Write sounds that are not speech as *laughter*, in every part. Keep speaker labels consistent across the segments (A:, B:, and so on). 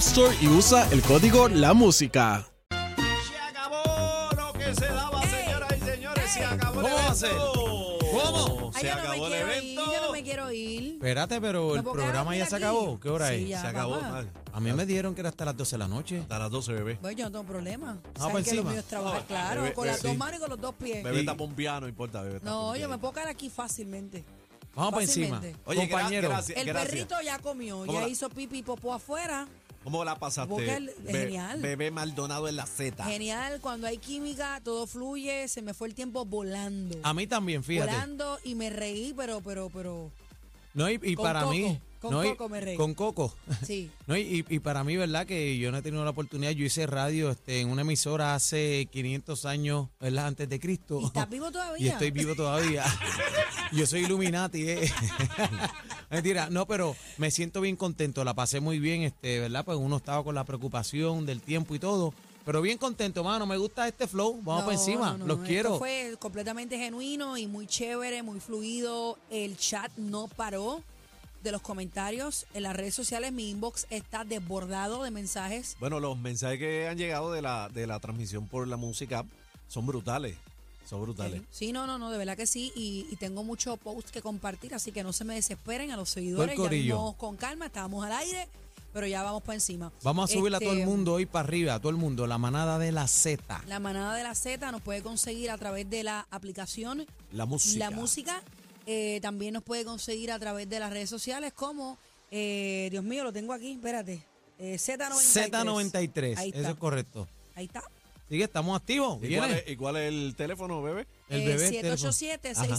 A: Store y usa el código La Música.
B: Se acabó lo que se daba, señoras y señores. Se acabó el
C: ¿Cómo va a ser?
B: evento.
C: ¿Cómo?
B: Oh, Se
D: Ay, yo no
B: acabó
D: me
B: el
D: quiero
B: evento.
D: ir, yo no me quiero ir.
C: Espérate, pero
D: No
C: el
D: puedo quedar
C: programa ya
D: aquí,
C: se
D: aquí.
C: acabó. ¿Qué hora
D: Sí,
C: es?
D: ya,
B: Se acabó.
D: papá.
B: man.
C: A mí me dijeron que era hasta las 12 de la noche.
B: Hasta las 12, bebé.
D: Bueno, yo no tengo problema.
C: Ah,
D: Saben que
C: por
D: lo
C: encima.
D: mío es trabajar,
B: Ah,
D: claro,
B: bebé,
D: con las
B: bebé.
D: dos manos y con los dos pies.
B: Bebé
C: Y-
B: está pompeado, no importa, bebé. está
D: No, yo
B: pompeado.
D: me puedo quedar aquí fácilmente.
C: Vamos para encima.
D: Fácilmente.
B: Oye, gra-
C: Compañero.
B: gracias.
D: El
B: gracias.
D: perrito ya comió,
B: ¿Cómo
D: ya
B: la-
D: hizo pipi y popó afuera.
B: ¿Cómo la pasaste?
D: Boca el- genial.
B: Bebé Maldonado en la Z.
D: Genial, cuando hay química, todo fluye, se me fue el tiempo volando.
B: Ah,
C: A mí también, fíjate.
D: Volando y me reí, pero, pero, pero,
C: No, y, y
D: Con
C: para
D: Coco,
C: mí.
D: con
C: no, y-
D: Coco me reí.
C: Con Coco. *laughs*
B: *laughs*
D: sí.
C: No, y, y para mí, ¿verdad? Que yo no he tenido la oportunidad. Yo hice radio este, en una emisora hace 500 años, ¿verdad? Antes de Cristo.
D: ¿Y estás vivo todavía?
C: Y estoy vivo todavía. *laughs* Yo soy Illuminati, ¿eh? *laughs* Mentira, no, pero me siento bien contento, la pasé muy bien, este, ¿verdad? Pues uno estaba con la preocupación del tiempo y todo, pero bien contento, mano, me gusta este flow, vamos
D: No,
C: para encima,
D: no, no,
C: los
D: no,
C: quiero.
D: Esto fue completamente genuino y muy chévere, muy fluido. El chat no paró de los comentarios. En las redes sociales mi inbox está desbordado de mensajes.
B: Bueno, los mensajes que han llegado de la, de la transmisión por la música app son brutales. Son brutales.
D: Sí, no, no, no, de verdad que sí. Y, y tengo muchos posts que compartir, así que no se me desesperen a los seguidores. Ya
C: corillo.
D: vimos con calma, estábamos al aire, pero ya vamos por encima.
C: Vamos a subirle a todo el
D: Este,
C: mundo hoy para arriba, a todo el mundo, la manada de la Z.
D: La manada de la Z nos puede conseguir a través de la aplicación
B: La música.
D: La música eh, también nos puede conseguir a través de las redes sociales como, eh, Dios mío, lo tengo aquí, espérate, eh, Z93.
C: Z93,
D: Ahí
C: eso
D: está.
C: es correcto.
D: Ahí está.
C: Sigue, estamos activos.
B: ¿Y cuál,
C: ¿Viene?
B: es, y cuál es el teléfono, bebé?
C: El bebé.
D: Eh,
C: teléfono.
B: No, no,
D: 787-662-0937.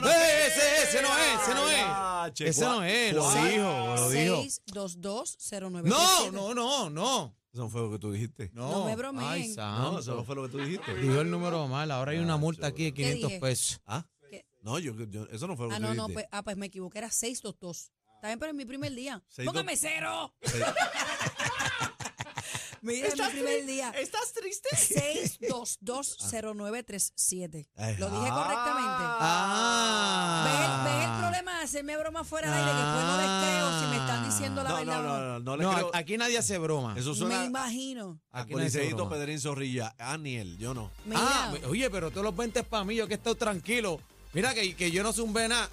B: no.
C: ¡Eh, ese, ese no es, ese no es.
B: Ah, che,
C: ese no
B: cua-
C: es, lo
B: cua-
C: dijo, lo dijo.
D: 622-0937.
C: No, no, no, no.
B: Eso fue lo que tú dijiste.
C: No,
D: No me bromeen.
C: Ay,
B: No,
C: santo.
B: eso no fue lo que tú dijiste.
C: Digo el número mal, ahora hay una multa aquí de
D: ¿Qué
C: 500
D: dije?
C: pesos.
B: ¿Ah?
D: ¿Qué?
B: No, yo, yo- eso no fue lo que
D: Ah,
B: tú
D: no, no,
B: dijiste.
D: pues, ah, pues me equivoqué, era 622. Está bien, pero es mi primer día.
B: 622.
D: ¡Póngame cero! Mira, es mi
B: ¿Estás
D: primer día.
B: ¿Estás triste?
D: 6220937.
B: Ay,
D: Lo dije
B: ah.
D: correctamente. ¿Ves, Ah.
C: Ah.
D: el- ves el problema de hacerme broma fuera de aire? Que después no les creo si me están diciendo la
B: No,
D: verdad.
B: no,
D: o
B: no, no, no le
C: No,
B: creo.
C: aquí nadie hace broma.
B: Eso
D: Me
B: suena
D: imagino.
B: a
C: Aquí nadie hace
B: Coliseíto,
C: broma.
B: Pedrín Zorrilla. Aniel, yo no.
D: Mira,
C: Ah, oye, pero todos los 20 es para mí, yo que he estado tranquilo. Mira que, que yo no zumbé nada.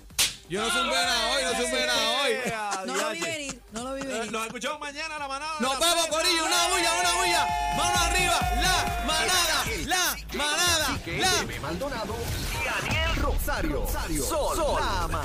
C: Yo no zumbé nada hoy, no zumbé nada hoy.
D: no lo vi venir, no lo vi venir.
B: Eh, Nos escuchamos mañana la manada. de
C: Nos
B: la
C: vemos,
B: Z.
C: Corillo, una bulla, una bulla. Vamos arriba, la manada, la manada, la
E: Maldonado y Daniel Rosario. Sol, Sol, la